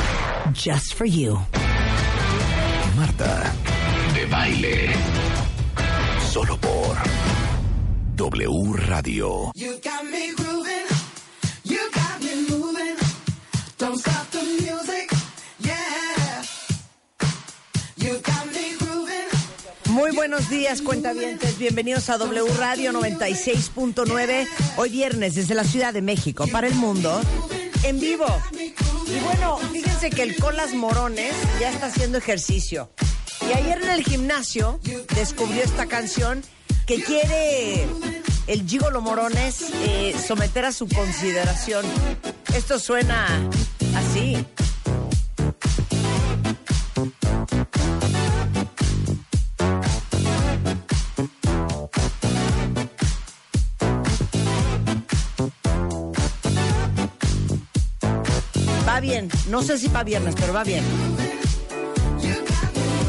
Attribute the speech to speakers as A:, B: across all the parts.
A: Just for You.
B: Marta de Baile. Solo por W Radio.
C: You got me grooving, you got me moving. Don't stop the music, yeah. You got me grooving.
D: Muy buenos días, cuentavientes. Bienvenidos a W Radio 96.9. Hoy viernes desde la Ciudad de México para el mundo en vivo. Y bueno, fíjense que el Colas Morones ya está haciendo ejercicio. Y ayer en el gimnasio descubrió esta canción que quiere el Gigolo Morones eh, someter a su consideración. Esto suena así. Va bien. No sé si va viernes, pero va bien.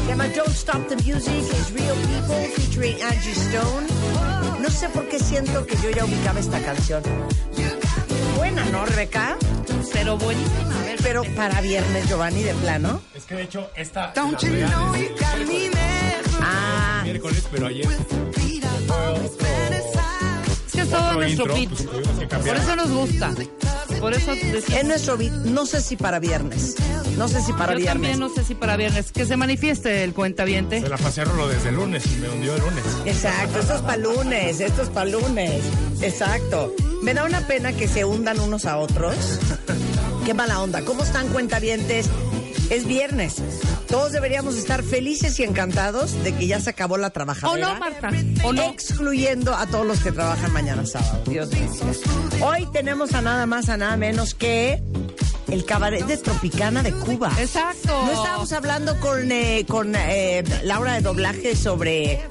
D: Se llama Don't Stop the Music, It's Real People, featuring Angie Stone. No sé por qué siento que yo ya ubicaba esta canción. Buena, ¿no, Rebeca?
E: Pero buenísima. A ver,
D: Pero para viernes, Giovanni, de plano.
F: Es que de hecho esta
C: Don't
F: la
C: you
F: real
C: know
F: es
C: you got me mesmerized
D: Ah,
F: miércoles, pero ayer
E: Pues,
C: with the beat I always fantasize?
E: es que es todo
F: otro
E: nuestro
F: intro,
E: beat.
F: pues, tuvimos que
E: Por
F: cambiar.
E: eso nos gusta. Por eso
D: en
E: decimos.
D: nuestro beat, no sé si para viernes. No sé si para
E: Yo
D: viernes.
E: también no sé si para viernes. Que se manifieste el cuentaviente.
F: Se la pasé a Rolo desde el lunes y me hundió el lunes.
D: Exacto, esto es para lunes, esto es para lunes. Exacto. Me da una pena que se hundan unos a otros. Qué mala onda. ¿Cómo están cuentavientes? Es viernes. Todos deberíamos estar felices y encantados de que ya se acabó la
E: ¿O
D: trabajadera.
E: no, Marta? ¿O no?
D: Excluyendo a todos los que trabajan mañana sábado. Dios mío. Hoy tenemos a nada más, a nada menos que el cabaret de Tropicana de Cuba.
E: Exacto.
D: No estábamos hablando con, eh, con eh, Laura de doblaje sobre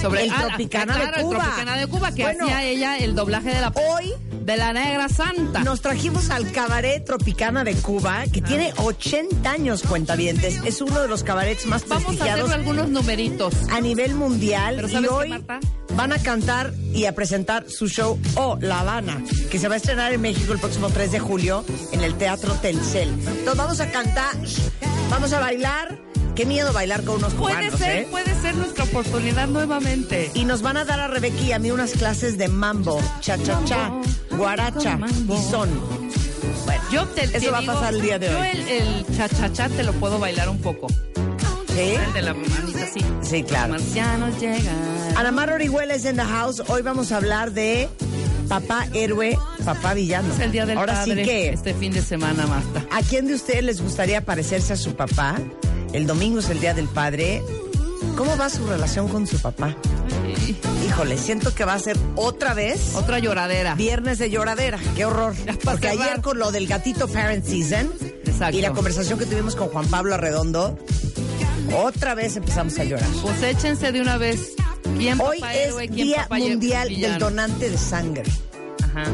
E: Sobre
D: el
E: ah, la-
D: Tropicana de
E: claro,
D: Cuba.
E: El Tropicana de Cuba, que
D: Bueno.
E: hacía ella el doblaje de la
D: Hoy-
E: de la Negra Santa.
D: Nos trajimos al cabaret Tropicana de Cuba, que tiene 80 años cuentavientes. Es uno de los cabarets más
E: Ah. Vamos a hacer
D: prestigiados
E: algunos numeritos.
D: a nivel mundial.
E: Pero
D: y
E: ¿sabes qué,
D: hoy
E: Marta?
D: van a cantar y a presentar su show O La Habana, que se va a estrenar en México el próximo 3 de julio en el Teatro Telcel. Entonces vamos a cantar, vamos a bailar. Qué miedo bailar con unos
E: Puede
D: cubanos,
E: ser,
D: ¿eh?
E: puede ser nuestra oportunidad nuevamente.
D: Y nos van a dar a Rebeca y a mí unas clases de mambo, cha-cha-cha,
E: Mambo,
D: guaracha
E: mambo.
D: y son. Bueno,
E: Yo te,
D: Eso
E: te
D: va a
E: digo,
D: pasar el día de
E: yo
D: hoy.
E: el, el cha-cha-cha te lo puedo bailar un poco.
D: ¿sí?
E: El de la manita, sí.
D: Sí, ¿Eh? claro.
E: Marcianos llegan.
D: Anamar Orihuela es en the house. Hoy vamos a hablar de papá héroe, papá villano.
E: Es el día del
D: Ahora
E: padre
D: sí que,
E: este fin de semana, Marta.
D: ¿a quién de ustedes les gustaría parecerse a su papá? El domingo es el día del padre. ¿Cómo va su relación con su papá?
E: Sí.
D: Híjole, siento que va a ser otra vez
E: Otra lloradera.
D: viernes de lloradera. Qué horror.
E: Ya para
D: Porque
E: cerrar.
D: ayer con lo del gatito Parent Season
E: Exacto.
D: y la conversación que tuvimos con Juan Pablo Arredondo, otra vez empezamos a llorar.
E: Pues échense de una vez. ¿Quién
D: Hoy
E: papá
D: es
E: héroe, quién
D: Día
E: papá hie-
D: Mundial del
E: villano?
D: Donante de Sangre.
E: Ajá.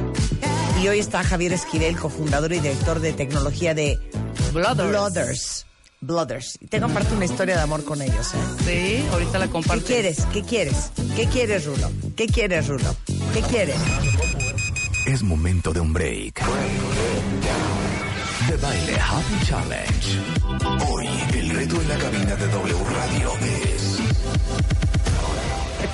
D: Y hoy está Javier Esquivel, cofundador y director de tecnología de
E: Blooders.
D: Blooders. Blooders. Y tengo aparte una historia de amor con ellos. ¿eh?
E: Sí, ahorita la
D: ¿Qué
E: comparto.
D: quieres? ¿Qué quieres? ¿Qué quieres, Rulo? ¿Qué quieres, Rulo? ¿Qué quieres?
B: Es momento de un break. The Baile Happy Challenge. Hoy el reto en la cabina de W Radio es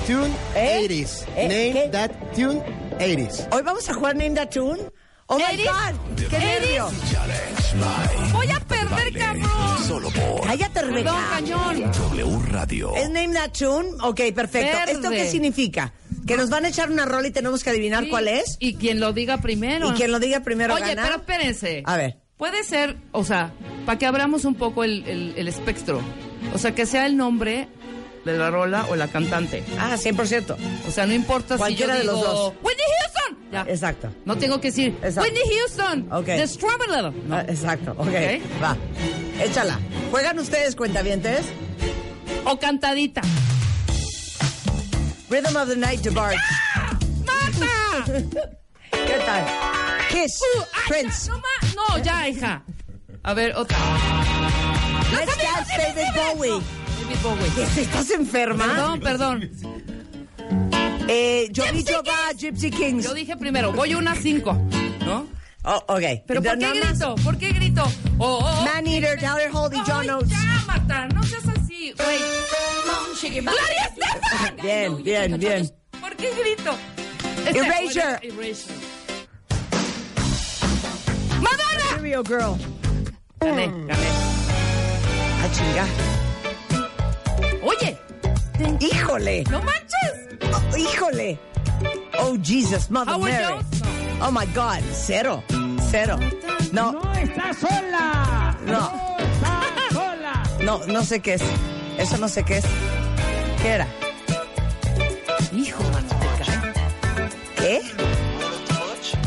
G: Tune
D: ¿Eh?
G: 80s.
D: ¿Eh?
G: Name
D: ¿Qué?
G: that tune 80s.
D: Hoy vamos a jugar Name That Tune. Oh my
E: Eris,
D: God. Qué
E: Eris.
D: nervio.
B: Challenge by
E: Voy a
B: baile. Solo por.
D: Cállate, Rebeca.
B: W Radio.
D: ¿Es Name That Tune? Ok, perfecto.
E: Verde.
D: ¿Esto qué significa? ¿Que nos van a echar una rola y tenemos que adivinar cuál es?
E: Y quien lo diga primero.
D: Y quien lo diga primero
E: Oye,
D: gana.
E: pero espérense.
D: A ver.
E: Puede ser, o sea, para que abramos un poco el, el- el espectro. O sea, que sea el nombre de la rola o la cantante.
D: Ah, 100%.
E: O sea, no importa
D: Cualquiera
E: si
D: de
E: yo
D: los
E: digo,
D: dos.
E: Whitney Houston. Ya.
D: Exacto.
E: No tengo que decir
D: Exacto.
E: Whitney Houston.
D: Ok.
E: The Strawberry. No.
D: Ah, exacto. Ok.
E: Ok.
D: Va. Échala. ¿Juegan ustedes cuentavientes?
E: O cantadita.
D: Rhythm of the Night de Bart.
E: Uh,
D: ¿Qué tal? Kiss. Prince.
E: No, ma- no, ya, hija. A ver, otra.
D: Let's dance, David Bowie.
E: David Bowie.
D: ¿Qué ¿Ah? es? ¿Estás enferma?
E: Perdón, perdón.
D: Eh, Jovi
E: Gypsy
D: Jova, Gypsy Kings.
E: Yo dije primero, voy una cinco, ¿no?
D: Oh, ok.
E: Pero ¿por qué
D: Nada más-
E: grito? ¿Por qué grito? Oh, oh, oh.
D: Man Eater, Tyler Holdy,
E: Ay,
D: John Oates.
E: Ya, Marta, no seas así. Güey. ¡Gloria Estefan!
D: Bien, bien, bien.
E: ¿Por qué grito?
D: Erasure.
E: Erasure. ¡Madonna!
D: Real Girl.
E: Gané, gané.
D: Ah, chinga.
E: Oye,
D: Híjole.
E: no manches.
D: Oh, híjole. Oh, Jesus, Mother
E: Howard
D: Mary.
E: Jones,
D: Oh, my God. Cero. Cero. No. No está sola. No. No, no sé qué es. Eso no sé qué es. ¿Qué era?
E: Hijo, Marta.
D: ¿Qué?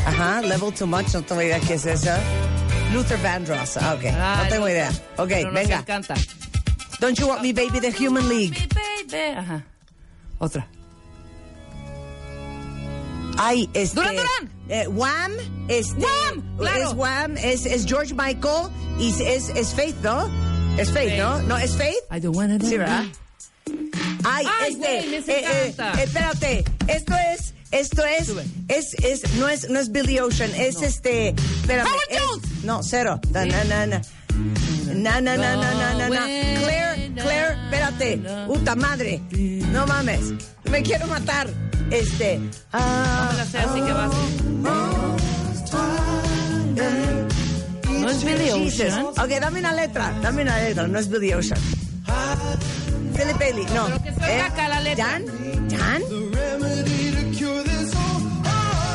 D: Ajá, Level Too Much. No tengo idea qué es eso. Luther Vandross. Ah, ok.
E: Ah,
D: no tengo
E: no.
D: idea. Ok,
E: Pero nos
D: venga.
E: encanta.
D: Don't You Want Me Baby, The Human League.
E: Mi baby. Ajá. Otra.
D: Ay, este.
E: Duran Duran.
D: eh, Wham, este.
E: Wham, claro.
D: Es Wham, es, es George Michael y es, es, es Faith, ¿no? Es Faith, ¿no? No, es Faith.
E: I don't wanna do
D: Sí, ¿verdad?
E: it.
D: Ay,
E: Ay,
D: este. eh,
E: güey, les encanta.
D: espérate, esto es. Esto es,
E: Sube.
D: es, es, no es, no es Billy Ocean, es este, espérame,
E: Howard
D: es-
E: Jones.
D: no, cero, na, na, na, na, na, na, na, na, na, na, na. Claire, Claire, espérate, puta madre, no mames, me quiero matar, este, ah,
E: No la sé, así que vas. No es Billy
D: Jesus.
E: Ocean.
D: Ok, dame una letra, dame una letra, no es Billy Ocean. Philip Bailey, no. Eh,
E: Pero que soy caca la letra.
D: ¿Dan? ¿Dan?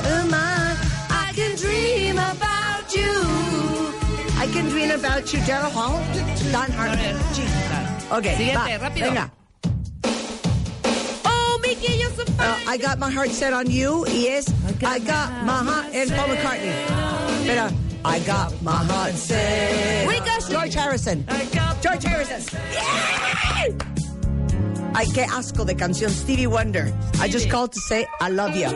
D: Am I- I can dream about you. I can dream about you, Daryl Hall. Don
E: A
D: Hartman.
E: ver,
D: Ok, va,
E: Siguiente, rápido.
D: Venga.
E: Oh, Mickey, yo soy
D: Uh, I got my heart set on you y es I got my heart and Paul McCartney. Espera. I got my heart set.
E: Ricochet.
D: George Harrison. George Harrison. Ay, qué asco de canción. Stevie Wonder. I just called to say I love you.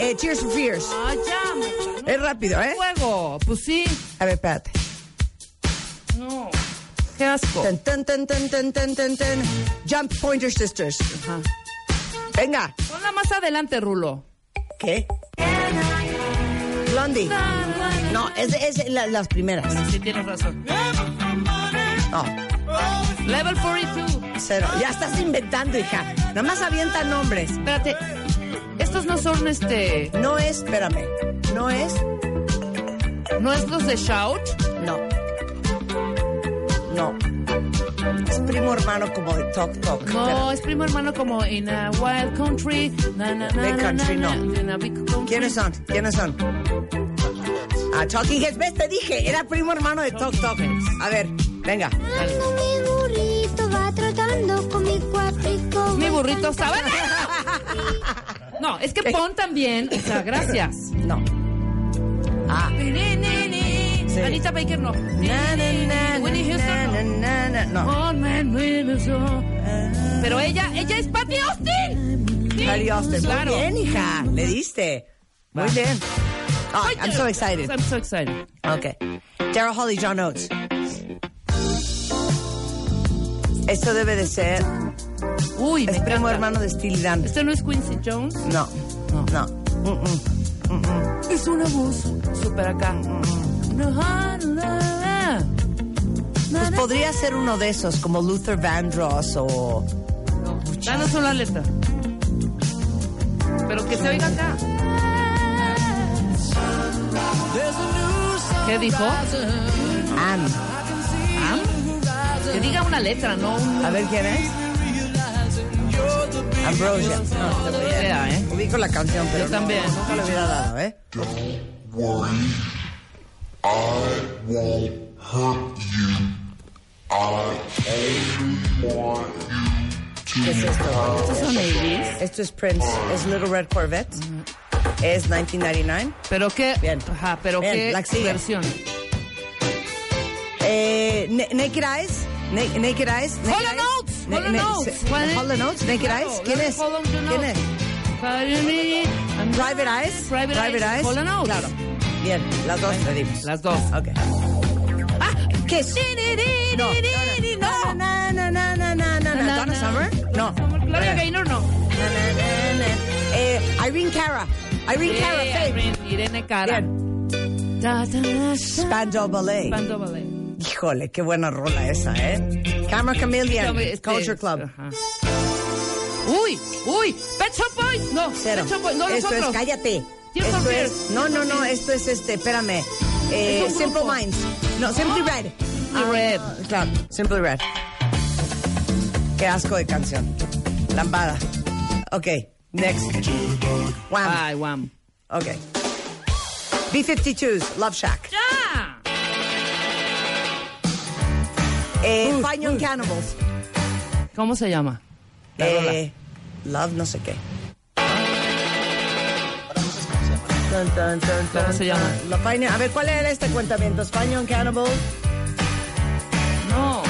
D: Eh, Tears for Fears.
E: Ah, ya, Marta,
D: Es rápido, ¿eh?
E: no juego. Pues sí.
D: A ver, espérate.
E: No. Qué asco.
D: Tan, tan, tan, tan, tan, tan, tan, tan. Jump Pointer Sisters.
E: Ajá.
D: Venga.
E: Ponla más adelante, Rulo.
D: ¿Qué? Blondie. No, es, es la- las primeras.
E: Sí, tienes razón.
D: No,
E: Level 42.
D: cero. Ya estás inventando, hija. Nada más avienta nombres.
E: Espérate. Estos no son este.
D: No es, espérame. No es,
E: No es los de Shout.
D: no. No. Es primo hermano como de Talk Talk.
E: No, es primo hermano como in a wild country. Na, na, na,
D: Big
E: na,
D: country,
E: na,
D: no.
E: na, in a big country.
D: ¿Quiénes son? ¿Quiénes son? Ah, Talking Heads. ¿Ves? Te dije, era primo hermano de Talk Talk. A ver, venga.
H: Cuando mi burrito va trotando con mi cuatrico.
E: Mi burrito sabanero. No, es que pon también, o sea, gracias.
D: No. Ah.
E: Anita Baker no.
D: Na, na, na,
E: Winnie
D: na,
E: Houston no.
D: na, na, na. No.
E: All men will go. Pero ella, ella es Patty Austin. Sí.
D: Harry Austin. Muy
E: Claro.
D: bien, hija. Le diste. Muy
E: Va.
D: bien. Ah,
E: Ay,
D: I'm so excited.
E: I'm so excited.
D: Okay. Daryl Holly, John Oates. Esto debe de ser.
E: Uy, me
D: Es primo
E: encanta.
D: hermano de Steely Dan.
E: Este no es Quincy Jones.
D: No. No. Mm-mm.
E: Es una voz súper acá.
D: Pues podría ser uno de esos, como Luther Vandross o.
E: Danos una letra. Pero que se oiga acá. ¿Qué dijo? ¿Ah?
D: Anne.
E: Que diga una letra, ¿no?
D: A ver quién es. Ambrosia. No,
E: te voy a dar, ¿eh?
D: Ubico la canción, pero
E: Yo
D: no,
E: también.
D: nunca lo hubiera dado, ¿eh?
I: worry. I won't hurt you. I only want you to
D: ¿Qué es esto?
I: have
D: Esto es Prince, es Little Red Corvette. Es 1999.
E: ¿Pero qué?
D: Bien.
E: Ajá, pero
D: Bien,
E: qué
D: la que sigue.
E: versión.
D: Eh, Na- Naked Eyes. Na- Naked Eyes. Naked
E: Hall
D: Eyes.
E: Notes.
D: Na-
E: Hall
D: na-
E: Notes. eh,
D: se- Hall and Oates, Naked Eyes. ¿Quién es? ¿Quién es? Private Eyes.
E: Private Eyes, Hall and Oates.
D: Claro. Bien, las dos le dimos.
E: Las dos.
D: Ok. ¿Qué es? No, no, no. Na, na, na, na, na, na, na.
E: Na,
D: Donna
E: na.
D: Summer? No.
E: Gloria
D: Eh,
E: Gaynor no.
D: na, na, na, na. Eh, Irene Cara. Irene
E: Sí,
D: Cara, Faith.
E: Irene- Irene Cara.
D: Spandau Ballet.
E: Pando Ballet.
D: Híjole, qué buena rola esa, ¿eh? Camera Chameleon,
E: Este,
D: Culture Club.
E: ajá. Uy, uy, Pet Shop Boys. No,
D: Cero.
E: Pet Shop Boys, pues, no
D: esto es,
E: nosotros.
D: cállate.
E: Tears for
D: Esto
E: Fears.
D: es, no, no, no, esto es este, espérame. Eh,
E: Es un
D: Simple
E: grupo. Ah.
D: Minds. No, Simply Red.
E: Simply Red.
D: Claro, Simply Red. Qué asco de canción. Lambada. Ok, next. Wham.
E: Ay, guam.
D: Ok. B-52s, Love Shack.
E: ¡Ya!
D: Eh, Find Young Cannibals.
E: ¿Cómo se llama? La rola.
D: Eh, love no sé qué. Tan, tan, tan,
E: ¿Cómo
D: tan,
E: se llama?
D: tan. La Pioneer- A ver, ¿cuál era este cuentamiento? Spaniel Cannibal.
E: No.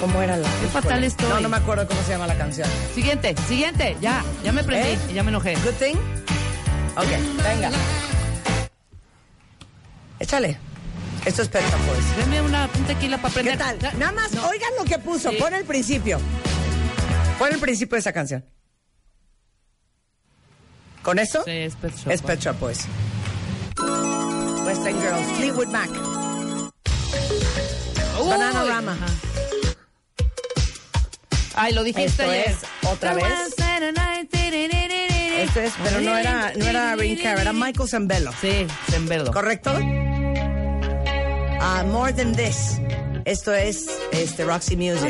D: ¿Cómo era la?
E: Qué fatal
D: Híjole.
E: estoy.
D: No, no me acuerdo cómo se llama la canción.
E: Siguiente, siguiente. Ya, ya me prendí
D: ¿Eh?
E: y ya me enojé.
D: Good thing. Ok, venga. Échale. Esto es Pet Shop Boys.
E: Deme una, un tequila para
D: ¿Qué
E: prender.
D: tal?
E: Ya-
D: Nada más,
E: No.
D: oigan lo que puso.
E: Sí.
D: Pon el principio. Pon el principio de esa canción. ¿Con eso?
E: Sí, es pues. Pet Shop
D: Es
E: Boys.
D: Pet Shop Boys. Western Girls, Fleetwood Mac,
E: Uy.
D: Bananarama.
E: Ajá. Ay, lo dijiste
D: Esto
E: ayer.
D: es, otra vez. Esto Este es, pero no era, no era Irene Cara, era Michael Zambello.
E: Sí, Zembeldo.
D: ¿Correcto? Ah, more than this. Esto es este, Roxy Music.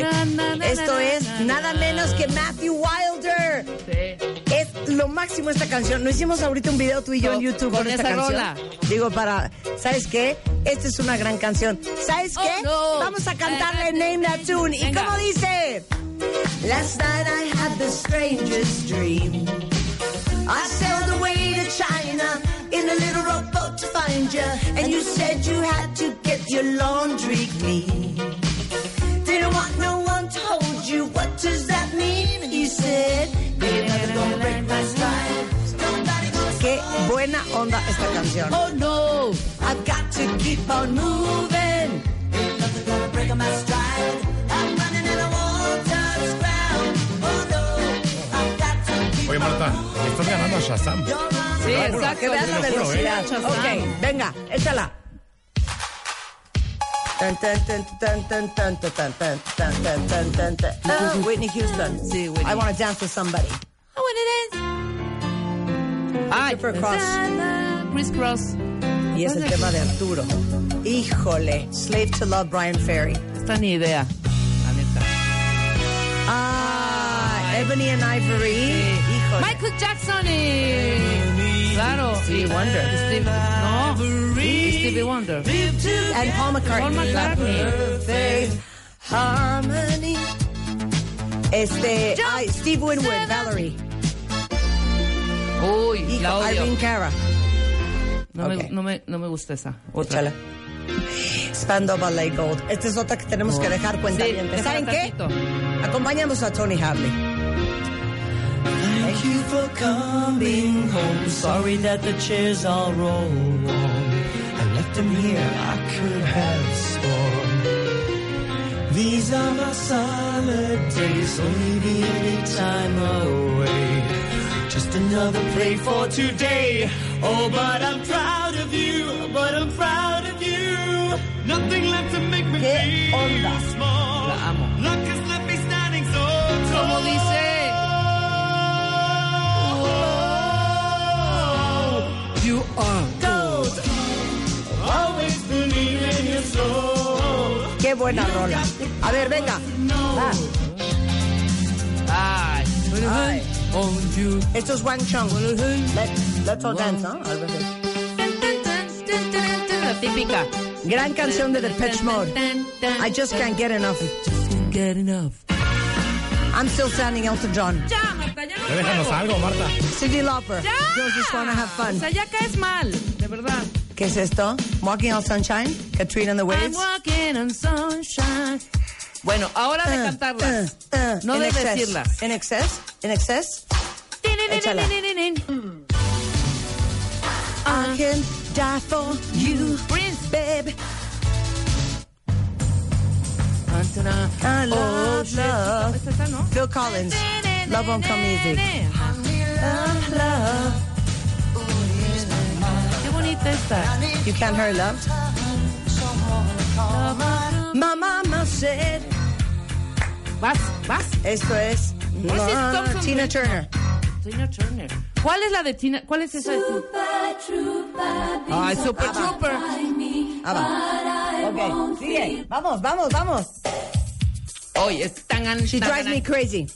D: Esto es nada menos que Matthew Wilder.
E: Sí.
D: Es lo máximo esta canción. No hicimos ahorita un video tú y yo
E: Con-
D: en YouTube con,
E: con
D: esta
E: esa
D: canción.
E: rola.
D: Digo para, ¿sabes qué? Esta es una gran canción. ¿Sabes
E: Oh,
D: qué?
E: no.
D: Vamos a cantarle Name That Tune. ¿Y
E: Venga.
D: cómo dice? Last night I had the strangest dream. I sailed away to China in a little rowboat to find you. And you said you had to get your laundry clean. Didn't want no one told you. What does that mean? And you said, "You're never gonna break my spine." Qué buena onda esta canción.
E: Oh, no.
D: I've got to keep on moving. Ain't nothing gonna break my stride. I'm running and I won't touch ground. Oh no, I've got to keep
F: Oye, Marta, le estás ganando a Shazam.
E: Sí,
D: Para
E: exacto.
D: que veas la
F: Te lo juro, ¿eh?
D: velocidad. Ok, venga, échala. Tan, tan, tan, tan, tan, tan, tan, tan, tan, tan, tan, tan, tan. Ah, Whitney Houston.
E: Sí, Whitney.
D: I wanna dance with somebody.
E: Ay,
D: Super Cross.
E: Chris Cross.
D: Y es el tema de Arturo. Híjole, Slave to Love, Brian Ferry.
E: Esta ni idea. La neta.
D: Ah, Ebony and Ivory. Híjole.
E: Michael Jackson y... Claro.
D: Stevie
E: y-
D: Wonder.
E: Steve- no. y Stevie Wonder.
D: and Paul McCartney.
E: Paul McCartney.
D: Claro. Perfect harmony. Este, ay, Steve Winwood, Valerie.
E: Uy, la
D: Hijo,
E: odio.
D: Irene Cara.
E: No,
D: Ok.
E: me, no, me, no me gusta esa. Otra.
D: Échala. Spandau Ballet Gold. Esta es otra que tenemos que dejar cuenta.
E: Oh. Sí, déjala
D: ¿Saben qué?
E: tantito.
D: Acompañamos a Tony Hadley. Thank you for coming home. Sorry that the chairs all roll.
J: I left them here, I could have sworn. These are my solid days, only the only time away. Just another play for today. Oh, but I'm proud of you, but I'm proud of you. Nothing left to make me
D: ¿Qué
J: feel
D: onda?
J: small.
E: La amo.
J: Luck has left me standing so
E: Como
J: tall.
E: dice...
J: You are gold. Always believe in your soul.
D: Qué buena rola. A ver, venga. Va.
E: Ay.
D: Ay. Esto es Wang Chong. Let's, let's all dance, ¿no? Algo así.
E: La típica.
D: Gran canción de Depeche Mode. I just can't get enough. get enough. I'm still standing Elton John.
E: Ya, Marta, ya no
F: Ya déjanos
E: puedo.
F: algo, Marta.
D: Cindy Lauper.
E: Ya.
D: Girls just wanna have fun.
E: O sea, ya caes mal, de verdad.
D: ¿Qué es esto? Walking on Sunshine, Katrina and the
E: I'm
D: Waves.
E: walking on sunshine.
D: Bueno,
E: ahora de
D: Ah,
E: cantarlas. No
D: in
E: de
D: excess.
E: decirlas.
D: In excess, in excess. Échala. Mm. I can die for you, Prince, babe. I love love. Phil Collins. Love won't come easy. Love, love.
E: Qué bonita esta.
D: You can't hurt love. My mama said.
E: Vas, vas.
D: Esto es
E: This is Thompson
D: Tina
E: Rich.
D: Turner.
E: Tina Turner. ¿Cuál es la de Tina? ¿Cuál es esa de Tina? Ay, Super Trooper.
D: Ah, va. Ok, sigue. Vamos, vamos, vamos.
E: Oye, es tan
D: She drives me crazy.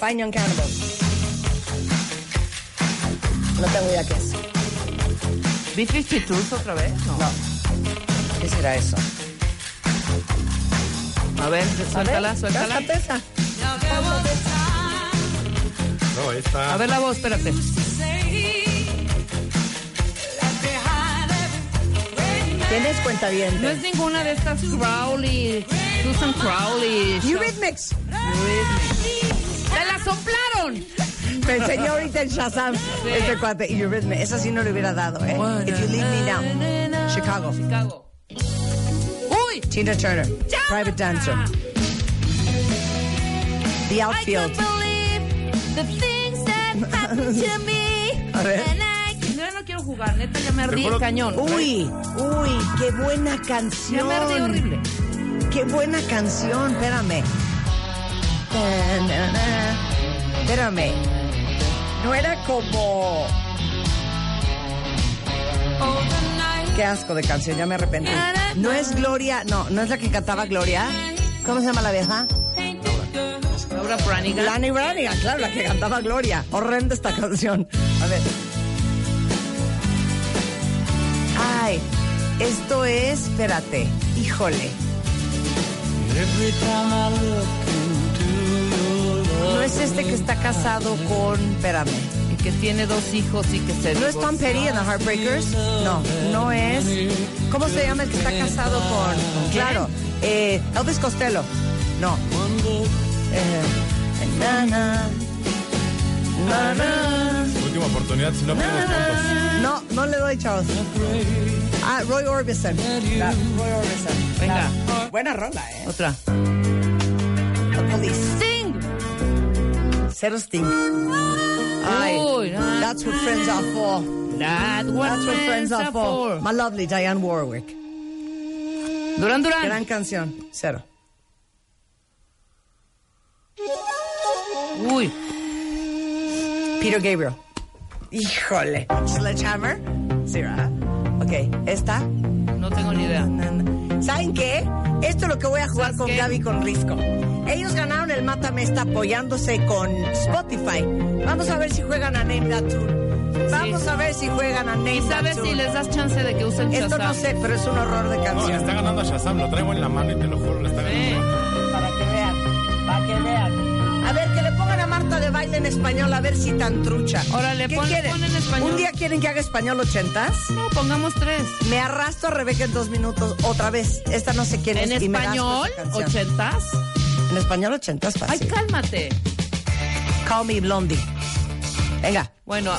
D: Fine Young Cannibal. No tengo idea qué es.
E: B-52 otra vez? No.
D: ¿Qué será eso?
E: A ver, suéltala, suéltala.
D: Cástate esa.
F: No, esta.
E: A ver la voz, espérate.
D: Tienes cuenta bien.
E: No es ninguna de estas Crowley, Susan Crowley.
D: Eurythmics.
E: ¡Te la soplaron!
D: Me enseñó ahorita el Shazam. Este cuate. Eurythmics. Esa sí no le hubiera dado, ¿eh? If you leave me now. Chicago.
E: Chicago. ¡Uy!
D: Tina Turner. Private Dancer. The
K: I can't
D: Outfield.
K: believe the things that happened to me.
D: A ver.
K: And I
E: Ya no quiero jugar, neta, ya me ardí el cañón.
D: Uy, uy, qué buena
E: Ya
D: canción.
E: me ardí horrible.
D: Qué buena canción, espérame. Ta, na, na. Espérame. No era como. Qué asco de canción, ya me arrepentí. No es Gloria, no, no es la que cantaba Gloria. ¿Cómo se llama la vieja?
E: Laura Branigan.
D: Lani Branigan, claro, la que cantaba Gloria. Horrenda esta canción. A ver. Ay, esto es, espérate, híjole.
J: Every time I look into your love,
D: No es este que está casado con, espérame.
E: Y que tiene dos hijos y que se
D: ¿No es Tom Petty en The Heartbreakers? No, no es. ¿Cómo se llama el que está casado con? Claro, eh, Elvis Costello. No. Eh, na, na, na, na.
F: Última oportunidad, si no perdemos puntos.
D: No, no le doy, chavos. Ah, Roy Orbison. La- Roy Orbison.
E: Venga,
D: La- buena rola, ¿eh?
E: otra.
D: The Police.
E: ¡Sing!
D: Cero Sting. Ay,
E: Uy, no.
D: that's what friends are for.
E: That what
D: That's what friends are for. My lovely Diane Warwick.
E: Durán Durán.
D: Gran canción. Cero.
E: Uy,
D: Peter Gabriel. Híjole. Sledgehammer. Cero. ¿ah? Ok, esta.
E: no tengo ni idea.
D: ¿Saben qué? Esto es lo que voy a jugar
E: ¿Sabes
D: con
E: qué?
D: Gaby y con Risco. Ellos ganaron el Mátame está apoyándose con Spotify. Vamos a ver si juegan a Name That Tune. Vamos a ver si juegan a Name
E: ¿Y
D: That
E: sabes si
D: Tune.
E: les das chance de que usen
D: Esto
E: Shazam?
D: no sé, pero es un horror de
F: No, le
D: canción.
F: está ganando a Shazam, lo traigo en la mano y te lo juro, le está
E: Eh,
F: ganando.
D: Para que vean, para que vean. A ver, que le pongan a Marta de baile en español, a ver si tan trucha.
E: Órale,
D: ¿Qué
E: pon-
D: quieren?
E: pon en español.
D: ¿Un día quieren que haga español ochentas?
E: No, pongamos tres.
D: Me arrastro a Rebeca en dos minutos otra vez. Esta no sé quién
E: ¿En
D: es. y me gasto
E: español?
D: esta canción.
E: ¿Ochentas?
D: En español ochentas
E: Ay,
D: fácil.
E: cálmate.
D: Call me Blondie. Venga,
E: Bueno.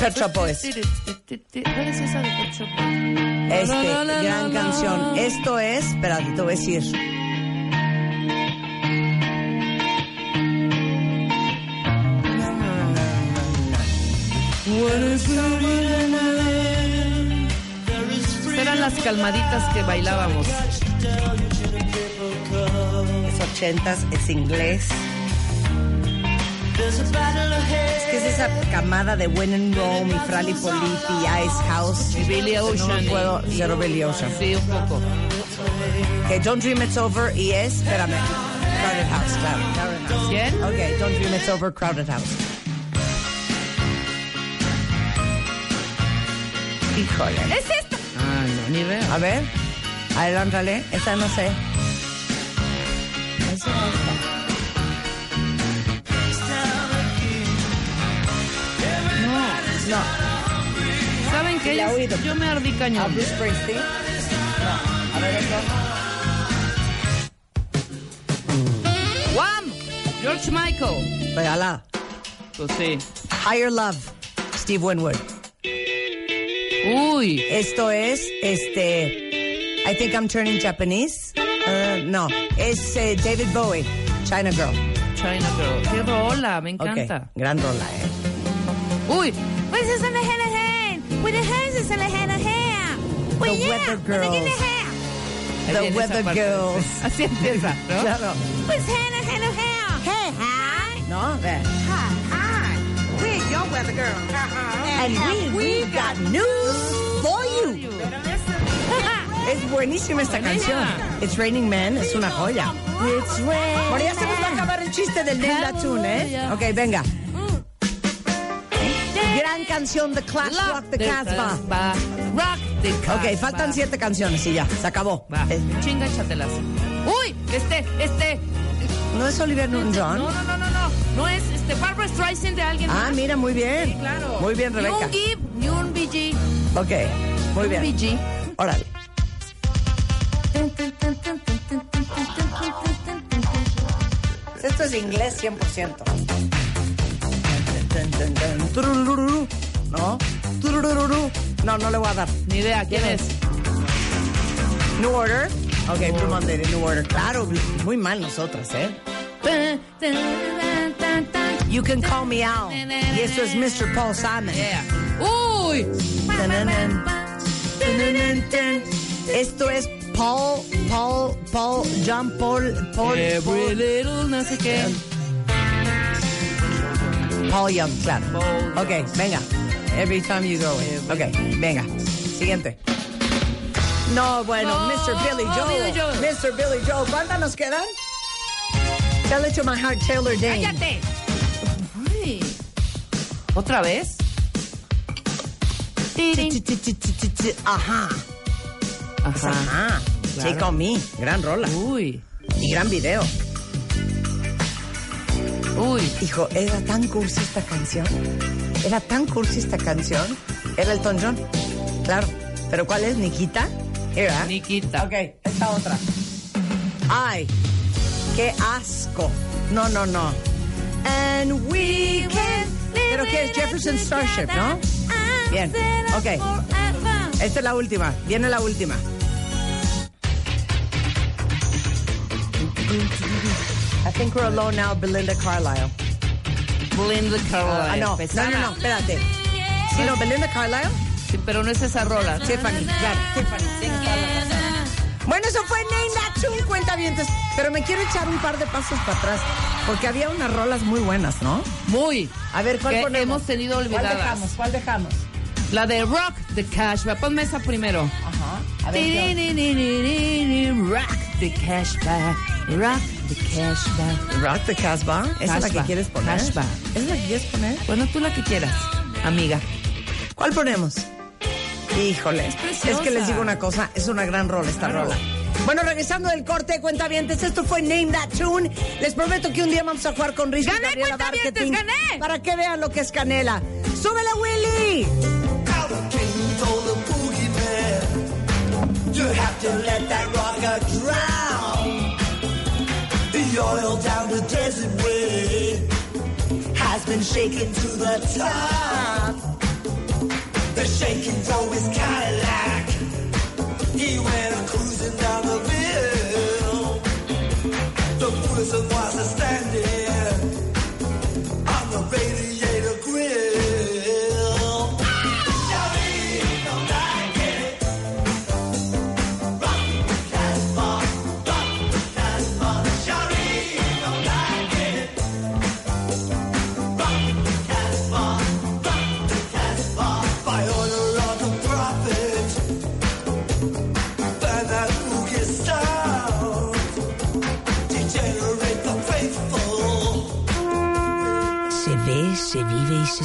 D: Pet Shop Boys.
E: ¿Cuál es esa de Pet Shop Boys?
D: Este,
E: La, la, la,
D: gran
E: la, la.
D: canción. Esto es, espérate, te voy a decir.
E: Pues Eran las calmaditas que bailábamos.
D: Es ochentas, es inglés. Es que es esa camada de When in Rome y Frali Politi y Ice House.
E: Billy Ocean.
D: No puedo,
E: y-
D: cero Billy Ocean.
E: Sí, un poco.
D: Que Don't Dream It's Over y es, espérame, Crowded House, claro, Crowded House.
E: ¿Quién?
D: Ok, Don't Dream It's Over, Crowded House. Híjole.
E: ¿Es esta?
D: Ah, no, ni veo. A ver, adelántale, esta no sé.
E: No. ¿Saben qué? Yo- Yo me ardí cañón.
D: Ah,
E: ¿A
D: pues,
E: Bruce
D: Springsteen? No. A ver,
E: ¡Wham! George Michael.
D: Regala.
E: Pues sí.
D: Higher Love, Steve Winwood.
E: Uy.
D: Esto es, este, I think I'm turning Japanese. Uh, no, es eh, David Bowie, China Girl.
E: China Girl. Qué rola, me encanta.
D: Gran rola, eh.
E: Uy.
L: With this in the head of hand. With the hands in the head of hand. Well,
D: The
L: yeah.
D: Weather
L: with the guinea
D: Girls.
L: hand.
E: Ahí
D: The
E: viene esa
D: Weather
E: parte.
D: Girls.
E: Así empieza, ¿no?
D: Claro.
L: With hand in hand of hand. Hey, hi.
D: No, ve.
L: Hi, hi. We're your weather girl.
D: And we, we got news for you. Es buenísima esta canción. It's Raining Man, es una joya. It's raining. Bueno, ya se nos va a acabar el chiste del Linda Tune, ¿eh? Ok, venga. Gran canción de Clash Rock the
E: the
D: Casbah.
E: Casbah. Rock the Casbah.
D: Ok, faltan siete canciones y ya, se acabó. Eh,
E: Chinga, échatelas. Uy, este, este.
D: ¿No es Oliver Newton-John?
E: No, no, no, no, no. No es este Barbara Streisand de alguien
D: Ah,
E: más.
D: mira, muy bien.
E: Sí, claro.
D: Muy bien, Rebeca.
E: Ni un Gib, ni un BG.
D: Ok, muy bien.
E: Un BG.
D: Órale. Esto es inglés 100%. Tun, tun, tun. Tururururu. ¿No? Tururururu. No, no le voy a dar.
E: Ni idea, ¿quién es?
D: New Order. Ok,
E: Oh.
D: Blue Monday de New Order. Claro, Blue- muy mal nosotras, ¿eh? You can call me out. Y eso es Mr. Paul Simon.
E: Uy.
D: Tananán. Tananán, tan. Esto es Paul, Paul, Paul, John Paul, Paul,
E: Every
D: Paul,
E: little no sé qué.
D: Paul Young, claro. Ok, venga. Every time you go in. Ok, venga. Siguiente. No, bueno,
E: No,
D: Mr. Billy
E: oh,
D: Joel.
E: Billy Joel.
D: Mr. Billy Joel. ¿Cuántas nos quedan? Tell it to my heart, Taylor Dane.
E: ¡Cállate! Uy. ¿Otra vez?
D: Ch, ch, ch, ch, ch, ch. Ajá.
E: Ajá.
D: Ajá.
E: Claro.
D: Take on me. Gran rola.
E: Uy.
D: Y gran video.
E: Uy.
D: Hijo, era tan cursi esta canción. Era tan cursi esta canción. Era el John. Claro. ¿Pero cuál es? ¿Nikita? Era.
E: Nikita.
D: Ok, esta otra. Ay, qué asco. No, no, no. And we can. Pero que es Jefferson Starship, ¿no? Bien. Ok. Esta es la última. Viene la última. I think we're alone now, Belinda Carlisle.
E: Belinda Carlisle. Pues,
D: Ah, no, no,
E: Pesada.
D: no, no, espérate. Sí, no, Belinda Carlisle.
E: Sí, pero Ah, no es esa rola.
D: Tiffany, claro, Tiffany. tienes toda la razón. Bueno, eso fue Nina Chun, cuentavientes. Pero me quiero echar un par de pasos para atrás, porque había unas rolas muy buenas, ¿no?
E: Muy.
D: A ver, ¿cuál
E: Que
D: ponemos?
E: hemos tenido olvidadas.
D: ¿Cuál dejamos? ¿Cuál dejamos?
E: La de Rock the Cashback. Ponme esa primero.
D: Ajá. A ver, yo.
E: Tiriririririri, Rock the Cashback. Rock the Cashback.
D: Rock the Casbah. ¿Esa es la que
E: Casbah,
D: quieres poner?
E: Casbah.
D: ¿Esa es la que quieres poner?
E: Bueno, tú la que quieras, amiga.
D: ¿Cuál ponemos? Híjole.
E: Es preciosa.
D: es que les digo una cosa, es una gran rola esta
E: Claro.
D: rola. Bueno, regresando del corte, cuentavientes, esto fue Name That Tune. Les prometo que un día vamos a jugar con Ricky
E: ¡Gané,
D: y Gabriela
E: cuentavientes,
D: Marketing
E: gané!
D: Para que vean lo que es canela. ¡Súbele, Willy!
J: You have to let that rocker drown. The oil down the desert way has been shaken to the top. The shaking drove his Cadillac. He went a cruising down the bill. The prison was a standing on the radiator grill. Now leave them like it. By order of the prophet, the
D: se vive y se